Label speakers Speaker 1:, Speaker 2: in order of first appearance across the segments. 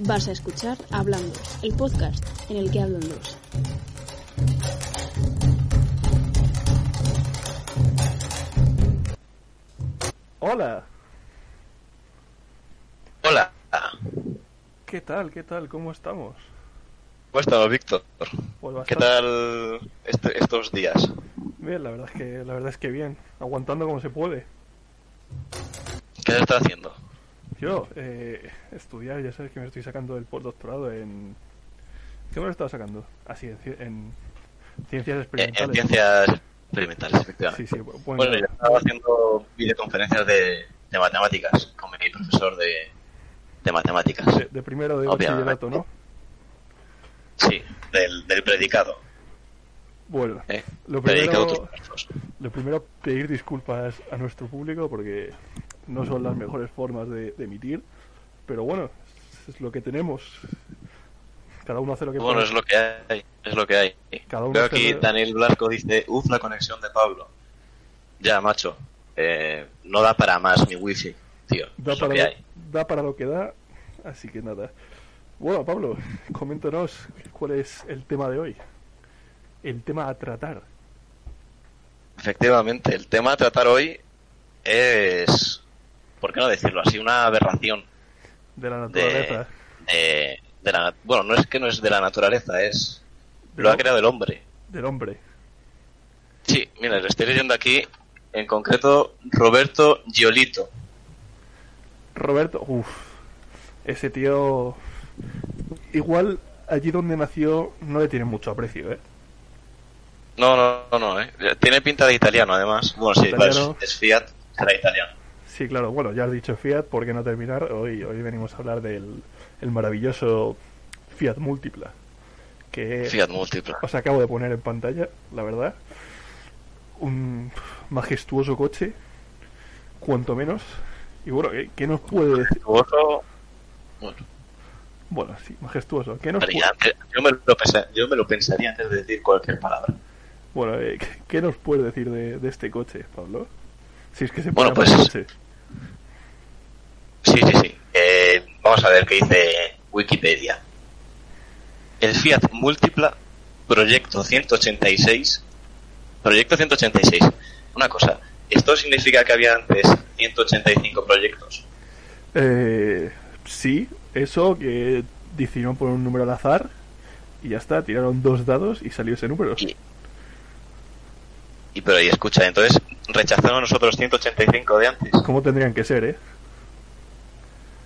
Speaker 1: Vas a escuchar Hablando, el podcast en el que hablan dos.
Speaker 2: Hola,
Speaker 3: Hola,
Speaker 2: ¿qué tal? ¿Qué tal? ¿Cómo estamos?
Speaker 3: ¿cómo estás, Víctor?
Speaker 2: Pues
Speaker 3: ¿Qué
Speaker 2: bastante
Speaker 3: tal este- estos días?
Speaker 2: bien, la verdad es que la verdad es que bien, aguantando como se puede.
Speaker 3: ¿Qué has estado haciendo?
Speaker 2: Yo eh, estudiar, ya sabes que me estoy sacando el postdoctorado en ¿qué me lo estaba sacando? Así en, ci- en ciencias
Speaker 3: En, Eh, en
Speaker 2: experimentales.
Speaker 3: ciencias experimentales,
Speaker 2: sí,
Speaker 3: efectivamente.
Speaker 2: sí, bu- bueno,
Speaker 3: Bueno, yo estaba haciendo videoconferencias de, de matemáticas con mi profesor de, de matemáticas.
Speaker 2: de, de primero de
Speaker 3: Obviamente.
Speaker 2: bachillerato, ¿no?
Speaker 3: Sí, del, del predicado.
Speaker 2: Bueno,
Speaker 3: ¿eh?
Speaker 2: lo
Speaker 3: Predicado a
Speaker 2: primero
Speaker 3: tus versos.
Speaker 2: Lo primero, pedir disculpas a nuestro público porque no son las mejores formas de, de emitir, pero bueno, es lo que tenemos. Cada uno hace lo que
Speaker 3: Bueno,
Speaker 2: puede.
Speaker 3: es lo que hay. Es lo que hay.
Speaker 2: Cada uno
Speaker 3: Veo
Speaker 2: se
Speaker 3: aquí
Speaker 2: ve-
Speaker 3: Daniel Blasco dice, uff, la conexión de Pablo. Ya, macho. eh, no da para más mi wifi, tío.
Speaker 2: da,
Speaker 3: es lo
Speaker 2: para
Speaker 3: que
Speaker 2: lo,
Speaker 3: hay.
Speaker 2: da para lo que da, así que nada. Bueno, Pablo, coméntanos cuál es el tema de hoy. El tema a tratar.
Speaker 3: Efectivamente, el tema a tratar hoy es, ¿por qué no decirlo así? Una aberración
Speaker 2: De la
Speaker 3: de,
Speaker 2: naturaleza.
Speaker 3: de, de la... nat- Bueno, no es que no es de la naturaleza, es...
Speaker 2: De
Speaker 3: Lo ha
Speaker 2: lo-
Speaker 3: creado el hombre.
Speaker 2: Del hombre.
Speaker 3: Sí, mira, le estoy leyendo aquí, en concreto, Roberto Giolito.
Speaker 2: Roberto, uff, ese tío. Igual allí donde nació no le tienen mucho aprecio, ¿eh?
Speaker 3: No, no, no, no, eh. Tiene pinta de italiano, además. Bueno, sí,
Speaker 2: Italiano.
Speaker 3: pues, es Fiat, será italiano.
Speaker 2: Sí, claro, bueno, ya has dicho Fiat, ¿por qué no terminar? Hoy, hoy venimos a hablar del el maravilloso Fiat Múltipla, que
Speaker 3: Fiat múltipla.
Speaker 2: os acabo de poner en pantalla, la verdad. Un majestuoso coche, cuanto menos. Y bueno, ¿qué, qué nos puede decir?
Speaker 3: Luego, Bueno,
Speaker 2: Bueno, sí, majestuoso. ¿Qué nos, pu-
Speaker 3: brillante. Yo me, lo pensé- yo me lo pensaría antes de decir cualquier palabra.
Speaker 2: bueno, eh, ¿qué- ¿qué nos puede decir de, de este coche, Pablo? Si es que se
Speaker 3: Bueno,
Speaker 2: puede llamar
Speaker 3: pues-
Speaker 2: coche.
Speaker 3: Sí, sí, sí. Eh, vamos a ver qué dice Wikipedia. El Fiat Múltipla, proyecto 186. Proyecto 186. Una cosa, ¿esto significa que había antes 185 proyectos?
Speaker 2: Eh, sí, eso que decidieron poner un número al azar y ya está, tiraron dos dados y salió ese número.
Speaker 3: Y, y pero ahí escucha, entonces rechazaron nosotros 185 de antes.
Speaker 2: ¿Cómo tendrían que ser, eh?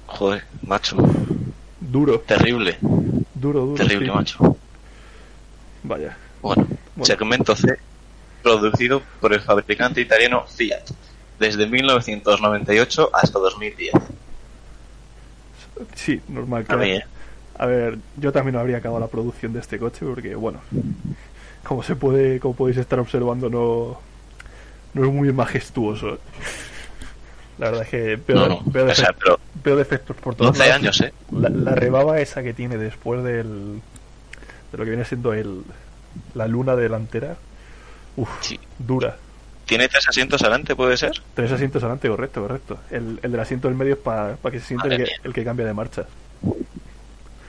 Speaker 3: Joder, macho.
Speaker 2: Duro,
Speaker 3: Terrible,
Speaker 2: duro, duro.
Speaker 3: terrible,
Speaker 2: sí.
Speaker 3: macho.
Speaker 2: Vaya.
Speaker 3: Bueno,
Speaker 2: Bueno.
Speaker 3: segmento C, producido por el fabricante italiano Fiat, desde 1998 hasta 2010.
Speaker 2: Sí, normal.
Speaker 3: A
Speaker 2: Claro.
Speaker 3: mí, ¿eh?
Speaker 2: A ver, yo también no habría acabado la producción de este coche porque, bueno, como se puede, como podéis estar observando, no, no es muy majestuoso. La verdad es que veo,
Speaker 3: No, no,
Speaker 2: veo
Speaker 3: o sea,
Speaker 2: defect-
Speaker 3: pero
Speaker 2: veo defectos por todos
Speaker 3: 12
Speaker 2: lados.
Speaker 3: años, ¿eh?
Speaker 2: La, la rebaba esa que tiene después del, de lo que viene siendo el, la luna delantera, uff,
Speaker 3: Sí.
Speaker 2: dura.
Speaker 3: ¿Tiene tres asientos adelante, puede ser?
Speaker 2: Tres asientos adelante, correcto, correcto. El, el del asiento del medio es para que se siente el
Speaker 3: Madre
Speaker 2: que,
Speaker 3: mía.
Speaker 2: el que cambia de marcha.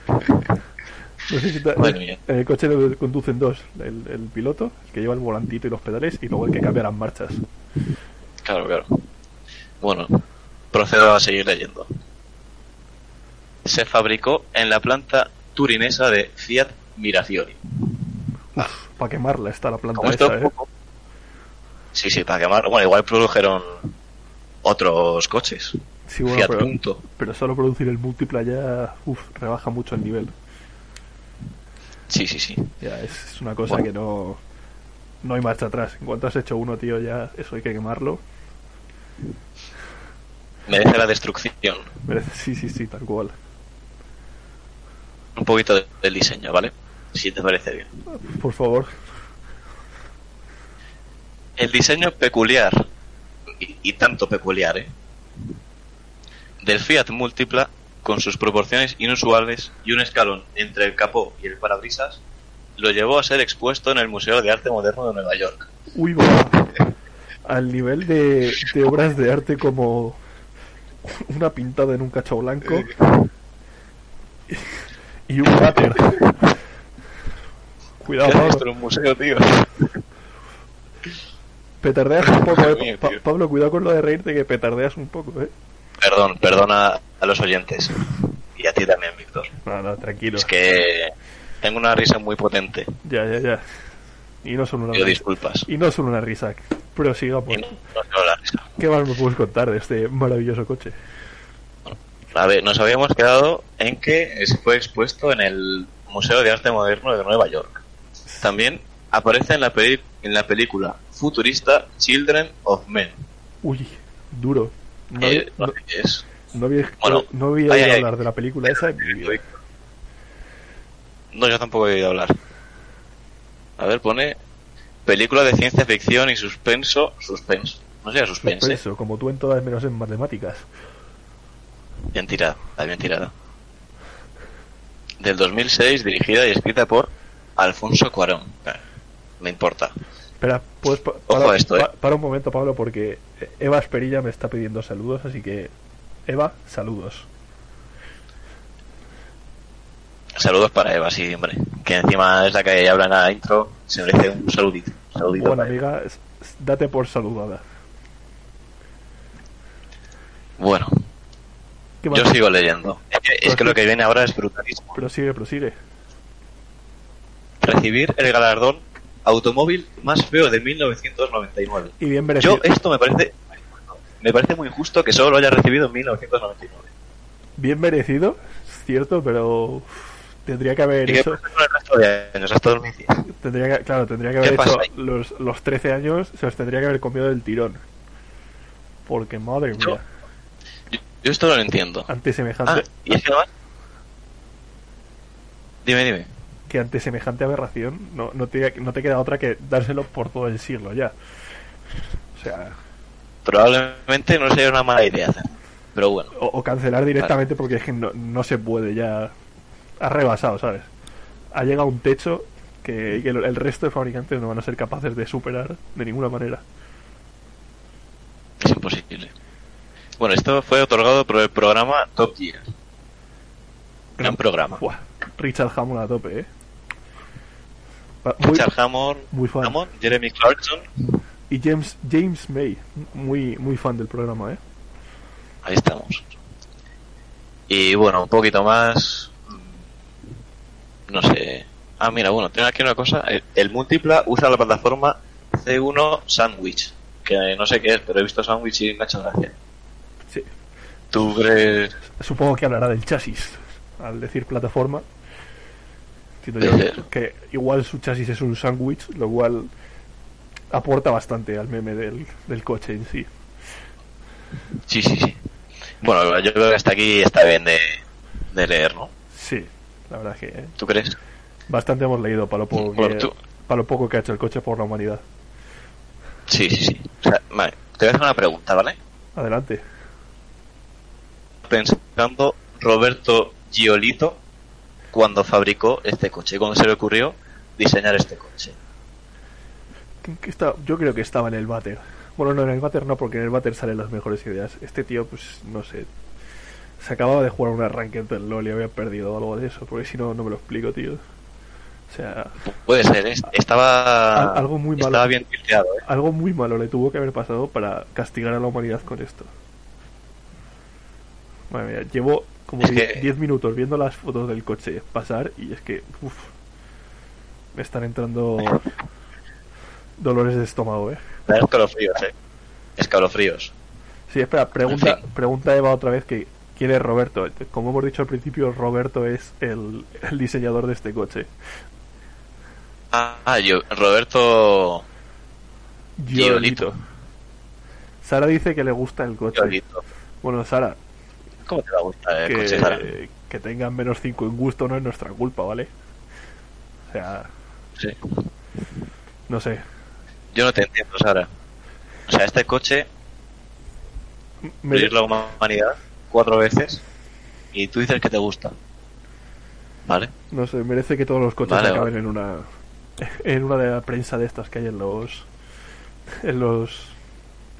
Speaker 2: No sé si te-
Speaker 3: Madre mía.
Speaker 2: en el coche lo conducen dos, el, el piloto, el que lleva el volantito y los pedales, y luego el que cambia las marchas.
Speaker 3: Claro, claro. Bueno, procedo a seguir leyendo. Se fabricó en la planta turinesa de Fiat Mirafiori.
Speaker 2: Para quemarla está la planta
Speaker 3: Ah. Como esto
Speaker 2: esa,
Speaker 3: un
Speaker 2: ¿eh?
Speaker 3: poco- Sí, sí, para quemar. Bueno, igual produjeron otros coches.
Speaker 2: Sí, bueno,
Speaker 3: Fiat
Speaker 2: pero,
Speaker 3: Punto.
Speaker 2: pero solo producir el múltiple ya uf, rebaja mucho el nivel.
Speaker 3: Sí, sí, sí.
Speaker 2: Ya, es, es una cosa
Speaker 3: Bueno.
Speaker 2: que no, no hay marcha atrás. En cuanto has hecho uno, tío, ya eso hay que quemarlo.
Speaker 3: Merece la destrucción.
Speaker 2: Merece- Sí, sí, sí, tal cual.
Speaker 3: un poquito de- del diseño, ¿vale? Si te parece bien.
Speaker 2: Por favor.
Speaker 3: El diseño peculiar, y, y tanto peculiar, ¿eh? Del Fiat Múltipla, con sus proporciones inusuales y un escalón entre el capó y el parabrisas, lo llevó a ser expuesto en el Museo de Arte Moderno de Nueva York.
Speaker 2: Uy, va. Al nivel de, de obras de arte como una pintada en un cacho blanco Y un váter. Cuidado,
Speaker 3: ¿Qué haces esto
Speaker 2: Pablo.
Speaker 3: en un museo, tío?
Speaker 2: Petardeas un poco,
Speaker 3: Madre
Speaker 2: eh.
Speaker 3: mía,
Speaker 2: Pa-
Speaker 3: tío.
Speaker 2: Pablo, cuidado con lo de reírte que petardeas un poco, eh.
Speaker 3: Perdón, perdona a los oyentes. Y a ti también, Víctor.
Speaker 2: No, no, tranquilo.
Speaker 3: Es que tengo una risa muy potente.
Speaker 2: Ya, ya, ya. Y no son una
Speaker 3: Pido
Speaker 2: risa.
Speaker 3: disculpas.
Speaker 2: Y no son una risa. Prosigamos.
Speaker 3: Y no, no tengo la risa.
Speaker 2: ¿Qué más me puedes contar de este maravilloso coche?
Speaker 3: A ver, nos habíamos quedado en que se fue expuesto en el Museo de Arte Moderno de Nueva York. También aparece en la, peli- en la película futurista Children of Men. Eh,
Speaker 2: Uy, duro. No,
Speaker 3: que
Speaker 2: había-
Speaker 3: no
Speaker 2: no-
Speaker 3: sé qué es.
Speaker 2: no había,
Speaker 3: bueno,
Speaker 2: no había
Speaker 3: ay,
Speaker 2: oído
Speaker 3: ay,
Speaker 2: hablar
Speaker 3: ay.
Speaker 2: de la película esa en mi vida.
Speaker 3: No, yo tampoco he oído hablar. A ver, pone película de ciencia ficción y suspenso, suspenso. No sea suspense.
Speaker 2: Suspenso, como tú en todas menos en matemáticas.
Speaker 3: Bien tirada, está bien tirada. Del 2006, dirigida y escrita por Alfonso Cuarón. Eh, No importa.
Speaker 2: Espera, pues pa-
Speaker 3: Ojo
Speaker 2: para,
Speaker 3: a esto,
Speaker 2: pa-
Speaker 3: eh.
Speaker 2: para un momento, Pablo, porque Eva Esperilla me está pidiendo saludos, así que Eva, saludos.
Speaker 3: Saludos para Eva, sí, hombre. Que encima es la que habla en la intro. Se merece un saludito. saludito
Speaker 2: Buena
Speaker 3: para Eva.
Speaker 2: amiga, s- s- date por saludada.
Speaker 3: Bueno,
Speaker 2: ¿Qué más?
Speaker 3: yo sigo leyendo. Es que, es que lo que viene ahora es brutalismo.
Speaker 2: Prosigue, prosigue.
Speaker 3: Recibir el galardón automóvil más feo de 1999.
Speaker 2: Y bien merecido.
Speaker 3: Yo eh. esto me parece me parece muy injusto que solo lo haya recibido en 1999.
Speaker 2: Bien merecido, es cierto, pero uf, tendría que haber
Speaker 3: ¿Y qué
Speaker 2: hecho.
Speaker 3: pasa con el resto de años hasta 2010?
Speaker 2: Tendría que, claro, tendría que
Speaker 3: ¿Qué
Speaker 2: haber
Speaker 3: pasa
Speaker 2: hecho
Speaker 3: ahí?
Speaker 2: los, los 13 años, se los tendría que haber comido del tirón. Porque madre
Speaker 3: Yo-
Speaker 2: mía,
Speaker 3: Yo, yo esto no lo entiendo.
Speaker 2: ante
Speaker 3: Ah,
Speaker 2: semejante,
Speaker 3: y es que además... Dime, dime.
Speaker 2: que ante semejante aberración no, no, te, no te queda otra que dárselo por todo el siglo ya. O sea,
Speaker 3: Probablemente no sea una mala idea hacerlo, Pero bueno,
Speaker 2: o, o cancelar directamente porque es que no, no se puede ya. Ha rebasado, ¿sabes? Ha llegado un techo que, que el, el resto de fabricantes no van a ser capaces de superar de ninguna manera.
Speaker 3: es imposible. Bueno, esto fue otorgado por el programa Top Gear. Gran programa.
Speaker 2: Buah, Richard Hammond a tope, ¿eh? Va- muy-
Speaker 3: Richard Hammond,
Speaker 2: muy fan.
Speaker 3: Hammond, Jeremy Clarkson.
Speaker 2: Y James, James May, muy, muy fan del programa, ¿eh?
Speaker 3: Ahí estamos. Y bueno, un poquito más. mm, No sé. Ah, mira, bueno, tengo aquí una cosa. El, el múltipla usa la plataforma C1 Sandwich. Que no sé qué es, pero he visto Sandwich y me ha hecho gracia.
Speaker 2: Sí.
Speaker 3: ¿Tú crees.?
Speaker 2: Supongo que hablará del chasis al decir plataforma. Entiendo
Speaker 3: Puede ser.
Speaker 2: yo que igual su chasis es un sándwich, lo cual aporta bastante al meme del, del coche en sí.
Speaker 3: Sí, sí, sí. Bueno, yo creo que hasta aquí está bien de, de leer, ¿no?
Speaker 2: Sí, la verdad es que ¿eh?
Speaker 3: ¿Tú crees?
Speaker 2: bastante hemos leído para lo poco
Speaker 3: Bueno,
Speaker 2: que,
Speaker 3: tú-
Speaker 2: para lo poco que ha hecho el coche por la humanidad.
Speaker 3: Sí, sí, sí. O sea, vale, te voy a hacer una pregunta, ¿vale?
Speaker 2: Adelante.
Speaker 3: pensando Roberto Giolito cuando fabricó este coche, cuando se le ocurrió diseñar este coche.
Speaker 2: ¿Qué- qué está- yo creo que estaba en el váter. Bueno, no, en el váter no, porque en el váter salen las mejores ideas. Este tío, pues, no sé. Se acababa de jugar un arranque del LOL y había perdido o algo de eso, porque si no, no me lo explico, tío. O sea,
Speaker 3: Puede ser, es- estaba
Speaker 2: Al- algo muy malo.
Speaker 3: estaba bien tilteado, ¿eh?
Speaker 2: algo muy malo le tuvo que haber pasado para castigar a la humanidad con esto. Madre mía, llevo como
Speaker 3: Es
Speaker 2: 10
Speaker 3: que-
Speaker 2: minutos viendo las fotos del coche pasar y es que, uff, me están entrando dolores de estómago, eh.
Speaker 3: Da escalofríos, ¿eh? Escalofríos.
Speaker 2: Sí, espera, pregunta,
Speaker 3: En fin.
Speaker 2: pregunta Eva otra vez que quién es Roberto. Como hemos dicho al principio, Roberto es el, el diseñador de este coche.
Speaker 3: Ah, ah, yo, Roberto Giolito.
Speaker 2: Sara dice que le gusta el coche.
Speaker 3: Giolito.
Speaker 2: Bueno, Sara,
Speaker 3: ¿Cómo te va a gustar el coche, Sara?
Speaker 2: que, que tengan menos 5 en gusto no es nuestra culpa, ¿vale? O sea,
Speaker 3: Sí.
Speaker 2: no sé.
Speaker 3: Yo no te entiendo, Sara. O sea, este coche,
Speaker 2: Me-
Speaker 3: abrir la humanidad cuatro veces y tú dices que te gusta. ¿Vale?
Speaker 2: no sé, merece que todos los coches
Speaker 3: Vale,
Speaker 2: acaben
Speaker 3: vale.
Speaker 2: en una en una de la prensa de estas que hay en los en los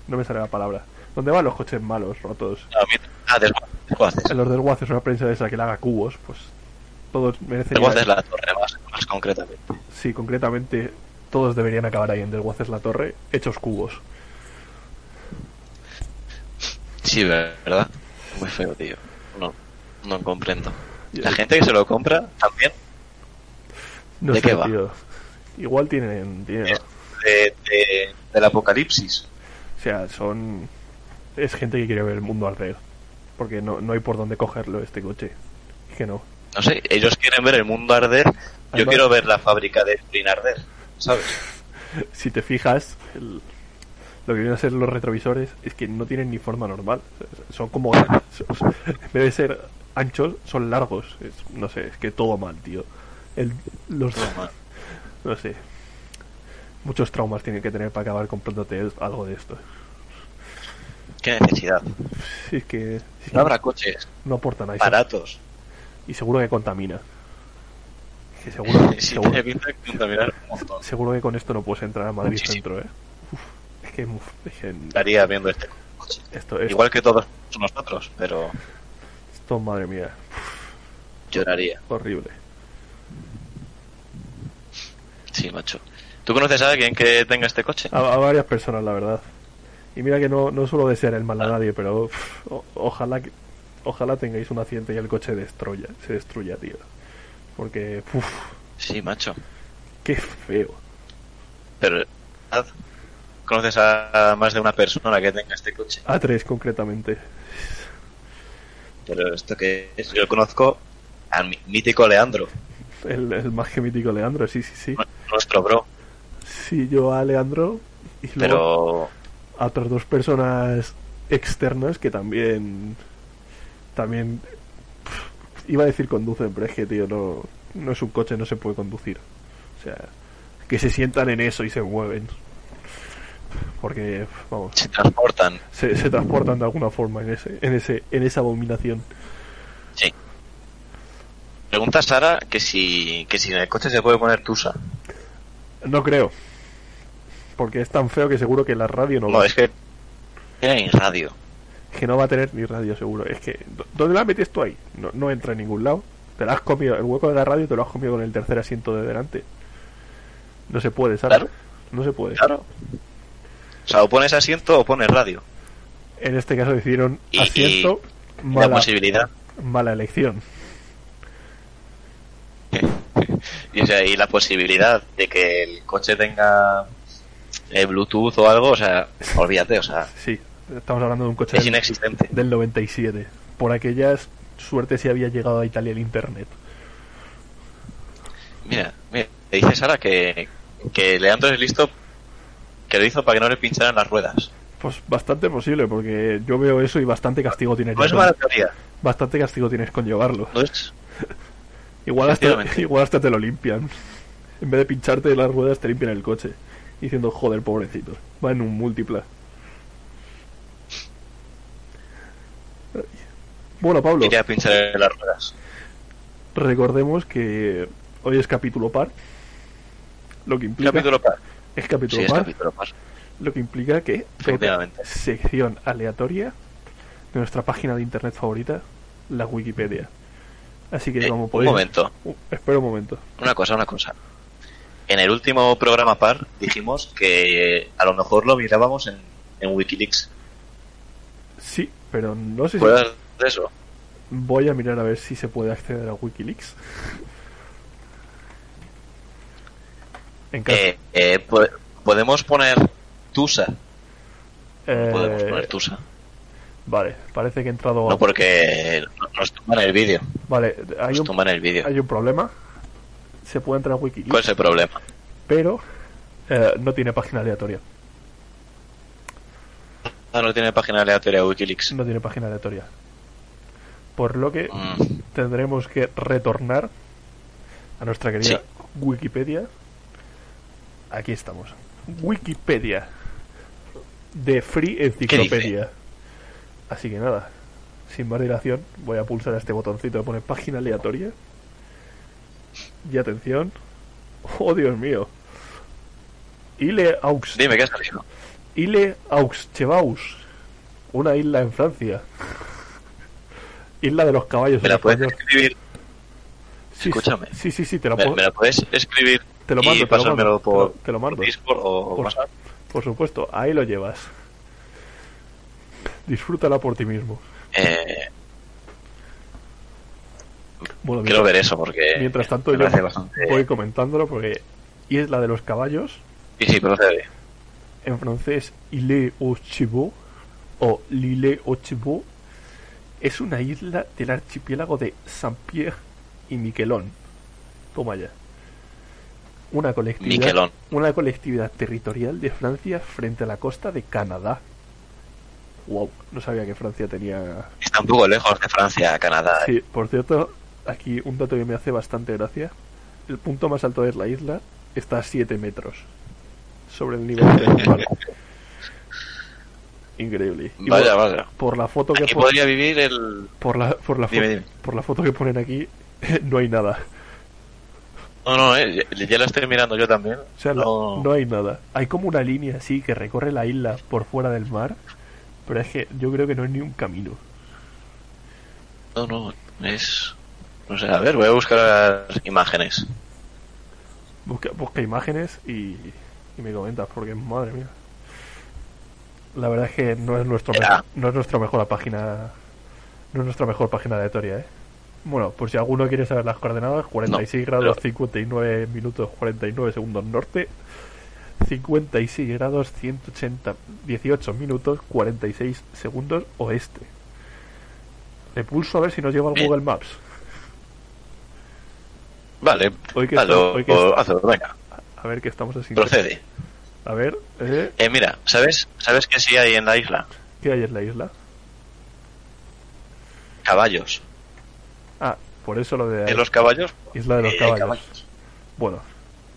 Speaker 2: no me sale la palabra. ¿Dónde van los coches malos, rotos?
Speaker 3: A mí- Ah, desguaces, desguaces.
Speaker 2: En los desguaces una prensa de esa que le haga cubos, pues Todos merecen.
Speaker 3: Luego
Speaker 2: ir a-
Speaker 3: haces la torre más, más concretamente.
Speaker 2: Sí, concretamente, todos deberían acabar ahí en Desguaces la Torre, hechos cubos.
Speaker 3: Sí, ¿verdad? Muy feo, tío. No, no comprendo.
Speaker 2: Yo-
Speaker 3: La gente que se lo compra también
Speaker 2: No
Speaker 3: ¿De
Speaker 2: sé,
Speaker 3: qué va? Eh.
Speaker 2: tío. Igual tienen dinero.
Speaker 3: es de, de- del apocalipsis.
Speaker 2: O sea, son. Es gente que quiere ver el mundo arder. Porque no, no hay por dónde cogerlo este coche. Es que no.
Speaker 3: No sé, ellos quieren ver el mundo arder. Yo
Speaker 2: Además-
Speaker 3: quiero ver la fábrica de Sprint arder, ¿sabes?
Speaker 2: Si te fijas, el- lo que vienen a ser los retrovisores es que no tienen ni forma normal. Son como. son- en vez de ser anchos, son largos. Es- no sé, es que todo mal, tío. El, los,
Speaker 3: mal.
Speaker 2: no sé. Muchos traumas tienen que tener para acabar comprándote algo de esto.
Speaker 3: Qué necesidad.
Speaker 2: Si es que, si es que
Speaker 3: No habrá coches
Speaker 2: no aporta nada. Y se-
Speaker 3: baratos.
Speaker 2: Y seguro que contamina. Que seguro,
Speaker 3: Sí,
Speaker 2: seguro,
Speaker 3: tiene pinta de contaminar un montón.
Speaker 2: seguro que con esto no puedes entrar a Madrid
Speaker 3: Muchísimo.
Speaker 2: Centro, ¿eh? Uf, es que, uf, es que
Speaker 3: Estaría viendo este coche.
Speaker 2: esto, es-
Speaker 3: Igual que todos nosotros, pero
Speaker 2: esto, madre mía,
Speaker 3: lloraría.
Speaker 2: horrible.
Speaker 3: Sí, macho. ¿Tú conoces a alguien que tenga este coche?
Speaker 2: A, a varias personas, la verdad. Y mira que no, no suelo desear el mal a nadie, pero uf, o- ojalá que- ojalá tengáis un accidente y el coche destruya, se destruya, tío. Porque, uf,
Speaker 3: Sí, macho.
Speaker 2: qué feo.
Speaker 3: Pero, ¿verdad? ¿conoces a a más de una persona que tenga este coche?
Speaker 2: A3 concretamente.
Speaker 3: Pero esto que es, yo conozco al mi- mítico Leandro,
Speaker 2: El, el más que mítico Leandro, sí, sí, sí.
Speaker 3: nu- nuestro bro.
Speaker 2: Sí, yo a Leandro y luego
Speaker 3: Pero
Speaker 2: a otras dos personas externas que también también pf, iba a decir conducen pero es que tío no, no es un coche no se puede conducir o sea que se sientan en eso y se mueven porque pf, vamos
Speaker 3: se transportan.
Speaker 2: se, se transportan de alguna forma en ese en ese en esa abominación
Speaker 3: Sí. Pregunta Sara que si, que si en el coche se puede poner Tusa.
Speaker 2: no creo porque es tan feo que seguro que la radio no,
Speaker 3: No,
Speaker 2: va,
Speaker 3: es que tiene radio.
Speaker 2: que no va a tener ni radio seguro es que ¿dó- ¿dónde la metes tú ahí? no, no entra en ningún lado te la has comido el hueco de la radio te lo has comido con el tercer asiento de delante no se puede Sara
Speaker 3: Claro.
Speaker 2: no se puede
Speaker 3: Claro. O sea, o pones asiento o pones radio.
Speaker 2: en este caso decidieron
Speaker 3: Y- y-
Speaker 2: asiento
Speaker 3: Y La
Speaker 2: mala,
Speaker 3: posibilidad.
Speaker 2: mala elección
Speaker 3: Y, o sea, y la posibilidad de que el coche tenga eh, Bluetooth o algo, o sea, olvídate, o sea,
Speaker 2: sí estamos hablando de un coche
Speaker 3: es
Speaker 2: del,
Speaker 3: inexistente.
Speaker 2: del 97 por aquellas suerte si había llegado a Italia el internet
Speaker 3: Mira, mira, te dice Sara que, que Leandro es listo, que lo hizo para que no le pincharan las ruedas.
Speaker 2: pues bastante posible porque yo veo eso y bastante castigo tienes
Speaker 3: No es
Speaker 2: ya
Speaker 3: mala
Speaker 2: con-
Speaker 3: teoría,
Speaker 2: bastante castigo tienes con llevarlo
Speaker 3: Pues no es,
Speaker 2: Igual hasta,
Speaker 3: Efectivamente.
Speaker 2: igual hasta te lo limpian. En vez de pincharte las ruedas, te limpian el coche. Diciendo, joder, pobrecito. Va en un múltipla. Ay. Bueno, Pablo,
Speaker 3: iría a pinchar en las ruedas.
Speaker 2: recordemos que hoy es capítulo par. Lo que implica.
Speaker 3: Capítulo par.
Speaker 2: Es capítulo
Speaker 3: Sí, es
Speaker 2: par.
Speaker 3: capítulo par.
Speaker 2: Lo que implica que.
Speaker 3: Efectivamente.
Speaker 2: Sección aleatoria de nuestra página de internet favorita, la Wikipedia. Así que,
Speaker 3: Eh,
Speaker 2: como
Speaker 3: un
Speaker 2: podéis.
Speaker 3: momento,
Speaker 2: Uh, espera un momento.
Speaker 3: una cosa, una cosa. En el último programa par dijimos que eh, a lo mejor lo mirábamos en, en Wikileaks.
Speaker 2: Sí, pero no sé si.
Speaker 3: ¿Recuerdas de eso?
Speaker 2: Voy a mirar a ver si se puede acceder a Wikileaks. En caso,
Speaker 3: Eh, eh, po- podemos poner Tusa.
Speaker 2: eh,
Speaker 3: Podemos poner Tusa.
Speaker 2: Vale, parece que he entrado. a-
Speaker 3: No porque nos tumban el vídeo.
Speaker 2: Vale, hay
Speaker 3: Nos
Speaker 2: un,
Speaker 3: tumban el vídeo.
Speaker 2: hay un problema. Se puede entrar a Wikileaks,
Speaker 3: ¿Cuál es el problema?
Speaker 2: pero eh, no tiene página aleatoria.
Speaker 3: Ah, no tiene página aleatoria Wikileaks.
Speaker 2: No tiene página aleatoria. Por lo que
Speaker 3: Mm,
Speaker 2: tendremos que retornar a nuestra querida
Speaker 3: Sí.
Speaker 2: Wikipedia. Aquí estamos. Wikipedia. De Free Enciclopedia. Así que nada, sin más dilación, voy a pulsar a este botoncito que pone página aleatoria. Y atención. Oh, Dios mío. Ile Aux.
Speaker 3: Dime, ¿qué ha salido?
Speaker 2: Ile Auxchevaus. Una isla en Francia. Isla de los caballos
Speaker 3: ¿Me
Speaker 2: en
Speaker 3: la puedes
Speaker 2: español.
Speaker 3: escribir?
Speaker 2: Sí,
Speaker 3: Escúchame.
Speaker 2: Sí, sí, sí, te lo,
Speaker 3: ¿Me,
Speaker 2: puedo-
Speaker 3: me la puedes escribir
Speaker 2: te lo mando.
Speaker 3: y pasármelo
Speaker 2: te lo mando,
Speaker 3: por,
Speaker 2: te lo- te lo mando.
Speaker 3: por Discord o
Speaker 2: Por,
Speaker 3: WhatsApp?
Speaker 2: por supuesto, ahí lo llevas. Disfrútala por ti mismo.
Speaker 3: Eh,
Speaker 2: Bueno,
Speaker 3: quiero
Speaker 2: mientras,
Speaker 3: ver eso porque
Speaker 2: mientras tanto
Speaker 3: me
Speaker 2: yo
Speaker 3: parece bastante...
Speaker 2: voy comentándolo porque... Y es la de los caballos,
Speaker 3: Sí, sí, procede.
Speaker 2: en francés, Ile aux Chevaux o Lille aux Chevaux. Es una isla del archipiélago de Saint-Pierre y Miquelón. Toma ya. Una colectividad...
Speaker 3: Miquelón.
Speaker 2: una colectividad territorial de Francia frente a la costa de Canadá. Wow, no sabía que Francia tenía.
Speaker 3: Está un poco lejos de Francia a Canadá. ¿eh?
Speaker 2: Sí, por cierto, aquí un dato que me hace bastante gracia. El punto más alto de la isla está a 7 metros sobre el nivel del mar. Increíble. Y
Speaker 3: Vaya,
Speaker 2: por,
Speaker 3: vaya.
Speaker 2: por la foto que
Speaker 3: Aquí
Speaker 2: pon-
Speaker 3: podría vivir el...
Speaker 2: por la por la, fo-
Speaker 3: Dime, dime.
Speaker 2: por la foto que ponen aquí no hay nada.
Speaker 3: No, no, eh, ya, ya la estoy mirando yo también.
Speaker 2: O sea, la-
Speaker 3: no,
Speaker 2: no hay nada. Hay como una línea así que recorre la isla por fuera del mar, pero es que yo creo que no es ni un camino.
Speaker 3: no, no, es... No sé, a ver, voy a buscar las imágenes.
Speaker 2: Busca, busca imágenes y, y me comentas, porque madre mía. La verdad es que no es nuestro
Speaker 3: Era.
Speaker 2: mejor- no es nuestra mejor página no es nuestra mejor página de historia, ¿eh? Bueno, pues si alguno quiere saber las coordenadas, 46
Speaker 3: No,
Speaker 2: grados
Speaker 3: pero-
Speaker 2: 59 minutos 49 segundos norte, 56 grados 180 18 minutos 46 segundos oeste. Le pulso a ver si nos lleva al
Speaker 3: Bien.
Speaker 2: Google Maps.
Speaker 3: Vale,
Speaker 2: Hoy que está-
Speaker 3: hazlo,
Speaker 2: hoy que está-
Speaker 3: hazlo, venga,
Speaker 2: A ver qué estamos haciendo.
Speaker 3: procede.
Speaker 2: A ver, eh,
Speaker 3: Eh, mira, ¿sabes sabes qué sí hay en la isla?
Speaker 2: ¿qué hay en la isla?
Speaker 3: Caballos.
Speaker 2: Ah, por eso lo de
Speaker 3: ¿En los caballos?
Speaker 2: Isla de los
Speaker 3: Eh, hay
Speaker 2: caballos. Bueno,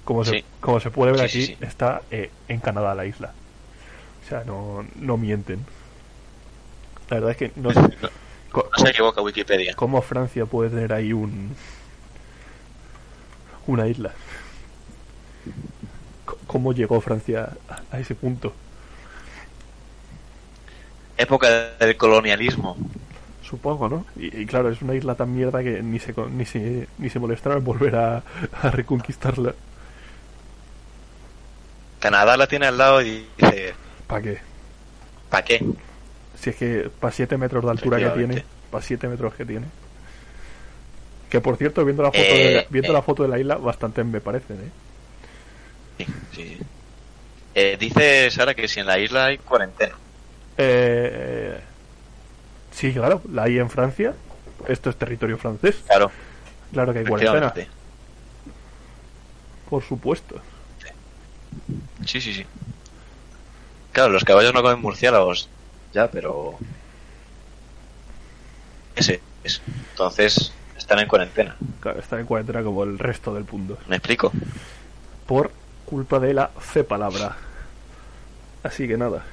Speaker 2: como, se,
Speaker 3: Sí.
Speaker 2: como se puede ver
Speaker 3: Sí,
Speaker 2: aquí,
Speaker 3: sí, sí.
Speaker 2: está eh, en Canadá la isla. O sea, no, no mienten. La verdad es que no sé co-
Speaker 3: No se equivoca Wikipedia.
Speaker 2: cómo Francia puede tener ahí un una isla. C- ¿Cómo llegó Francia a- a ese punto?
Speaker 3: Época del colonialismo.
Speaker 2: Supongo, ¿no? Y, y claro, es una isla tan mierda que ni se, con- ni se, ni se molestaron en volver a- a reconquistarla.
Speaker 3: Canadá la tiene al lado y dice,
Speaker 2: ¿Para qué?
Speaker 3: ¿para qué?
Speaker 2: Si es que para 7 metros de altura que tiene,
Speaker 3: Efectivamente.
Speaker 2: para 7 metros que tiene. Que por cierto, viendo la foto,
Speaker 3: Eh,
Speaker 2: de, viendo
Speaker 3: eh.
Speaker 2: la foto de la isla, bastantes me parecen, ¿eh?
Speaker 3: Sí, sí. Eh, dice Sara que si en la isla hay cuarentena.
Speaker 2: Eh, Sí, claro, la hay en Francia. Esto es territorio francés.
Speaker 3: Claro,
Speaker 2: Claro que hay cuarentena,
Speaker 3: efectivamente.
Speaker 2: por supuesto.
Speaker 3: Sí, sí, sí. Claro, los caballos no comen murciélagos, ya, pero... Ese es. Entonces, están en cuarentena.
Speaker 2: Claro, están en cuarentena como el resto del mundo.
Speaker 3: ¿Me explico?
Speaker 2: Por culpa de la C palabra. Así que nada.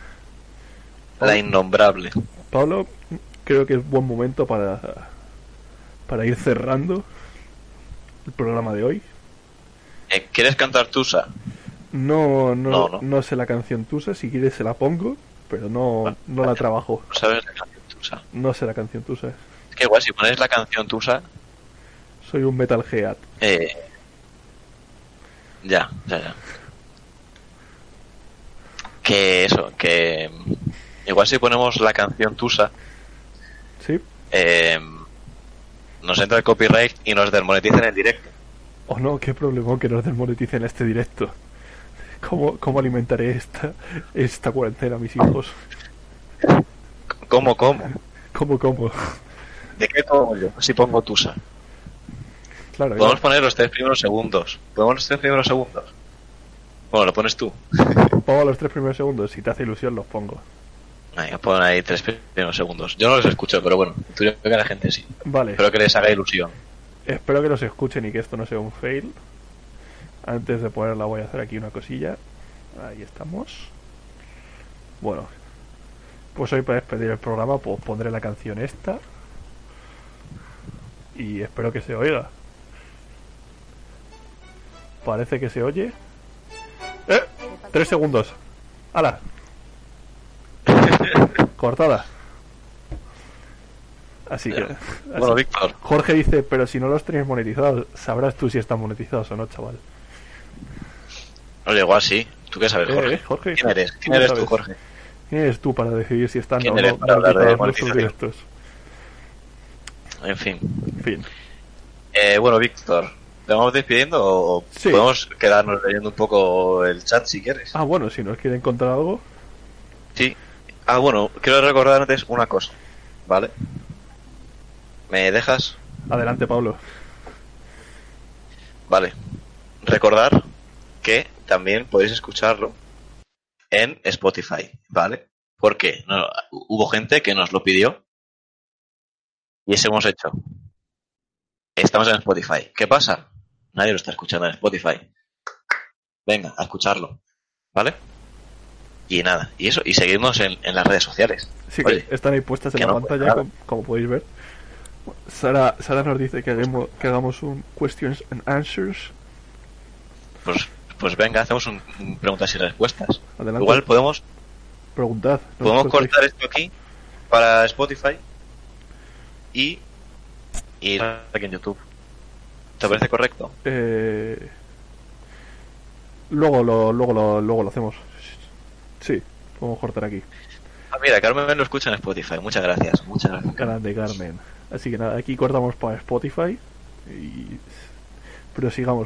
Speaker 3: La innombrable.
Speaker 2: Pablo, creo que es buen momento para, para ir cerrando el programa de hoy.
Speaker 3: Eh, ¿Quieres cantar Tusa?
Speaker 2: No, no, no,
Speaker 3: No, no.
Speaker 2: sé la canción Tusa, si quieres se la pongo, pero no,
Speaker 3: Ah,
Speaker 2: no la trabajo.
Speaker 3: No sabes la canción Tusa.
Speaker 2: No sé la canción Tusa.
Speaker 3: Es que igual, si pones la canción Tusa,
Speaker 2: Soy un metalhead.
Speaker 3: Eh, ya, ya, ya. Que eso, que mm, igual si ponemos la canción Tusa,
Speaker 2: ¿Sí?
Speaker 3: eh, nos entra el copyright y nos desmonetizan el directo.
Speaker 2: ¿O no? Qué problema que nos desmoneticen este directo. ¿Cómo, cómo alimentaré esta, esta cuarentena a mis hijos?
Speaker 3: ¿Cómo, cómo?
Speaker 2: ¿Cómo, cómo?
Speaker 3: ¿De qué como yo? Si pongo Tusa.
Speaker 2: Claro,
Speaker 3: Podemos
Speaker 2: ya.
Speaker 3: poner los tres primeros segundos. Podemos los tres primeros segundos. Bueno, lo pones tú.
Speaker 2: pongo los tres primeros segundos, si te hace ilusión los pongo.
Speaker 3: Venga, pon ahí tres primeros segundos. Yo no los escucho, pero bueno, tú yo creo que la gente sí.
Speaker 2: Vale.
Speaker 3: Espero que les haga ilusión.
Speaker 2: Espero que nos escuchen y que esto no sea un fail. Antes de ponerla voy a hacer aquí una cosilla. Ahí estamos. Bueno, pues hoy para despedir el programa pues pondré la canción esta. Y espero que se oiga. Parece que se oye. ¡Eh! Tres segundos. ¡Hala! Cortada. Así que. así
Speaker 3: Bueno, Víctor,
Speaker 2: Jorge dice, pero si no los tenéis monetizados, sabrás tú si están monetizados o no, chaval.
Speaker 3: no llegó así. ¿Tú qué sabes,
Speaker 2: Eh,
Speaker 3: Jorge?
Speaker 2: eh, Jorge,
Speaker 3: ¿Quién eres? ¿Quién
Speaker 2: ¿cómo
Speaker 3: eres tú,
Speaker 2: sabes?
Speaker 3: Jorge?
Speaker 2: ¿Quién eres tú para decidir si están
Speaker 3: ¿Quién
Speaker 2: o
Speaker 3: eres
Speaker 2: no
Speaker 3: para hablar de
Speaker 2: monetizados nuestros directos?
Speaker 3: monetización? En fin.
Speaker 2: En fin.
Speaker 3: Eh, bueno, Víctor, ¿te vamos despidiendo o
Speaker 2: Sí.
Speaker 3: podemos quedarnos leyendo un poco el chat si quieres?
Speaker 2: Ah, bueno, si nos quieren contar algo,
Speaker 3: Sí. Ah, bueno, quiero recordar antes una cosa, ¿vale? ¿Me dejas?
Speaker 2: adelante, Pablo.
Speaker 3: Vale. Recordar que también podéis escucharlo en Spotify, ¿vale? Porque no, hubo gente que nos lo pidió y eso hemos hecho. Estamos en Spotify. ¿Qué pasa? Nadie lo está escuchando en Spotify. Venga, a escucharlo, ¿vale? Y nada, y eso, y seguimos en, en las redes sociales.
Speaker 2: Sí,
Speaker 3: Oye,
Speaker 2: que están ahí puestas en
Speaker 3: que
Speaker 2: la
Speaker 3: no,
Speaker 2: pantalla,
Speaker 3: claro.
Speaker 2: com- como, podéis ver. Sara, Sara nos dice que hagamos, que hagamos un questions and answers.
Speaker 3: Pues, pues venga, hacemos un, un preguntas y respuestas.
Speaker 2: Adelante,
Speaker 3: Igual podemos
Speaker 2: preguntad. no
Speaker 3: Podemos
Speaker 2: os cortéis.
Speaker 3: cortar esto aquí para Spotify y ir aquí en YouTube. ¿Te parece correcto?
Speaker 2: Eh, Luego, lo, luego, lo, luego lo hacemos. Sí, podemos cortar aquí.
Speaker 3: Ah, mira, Carmen lo escucha en Spotify. Muchas gracias. Muchas gracias. Carmen.
Speaker 2: Grande Carmen. Así que nada, aquí cortamos para Spotify. Y... Pero sigamos,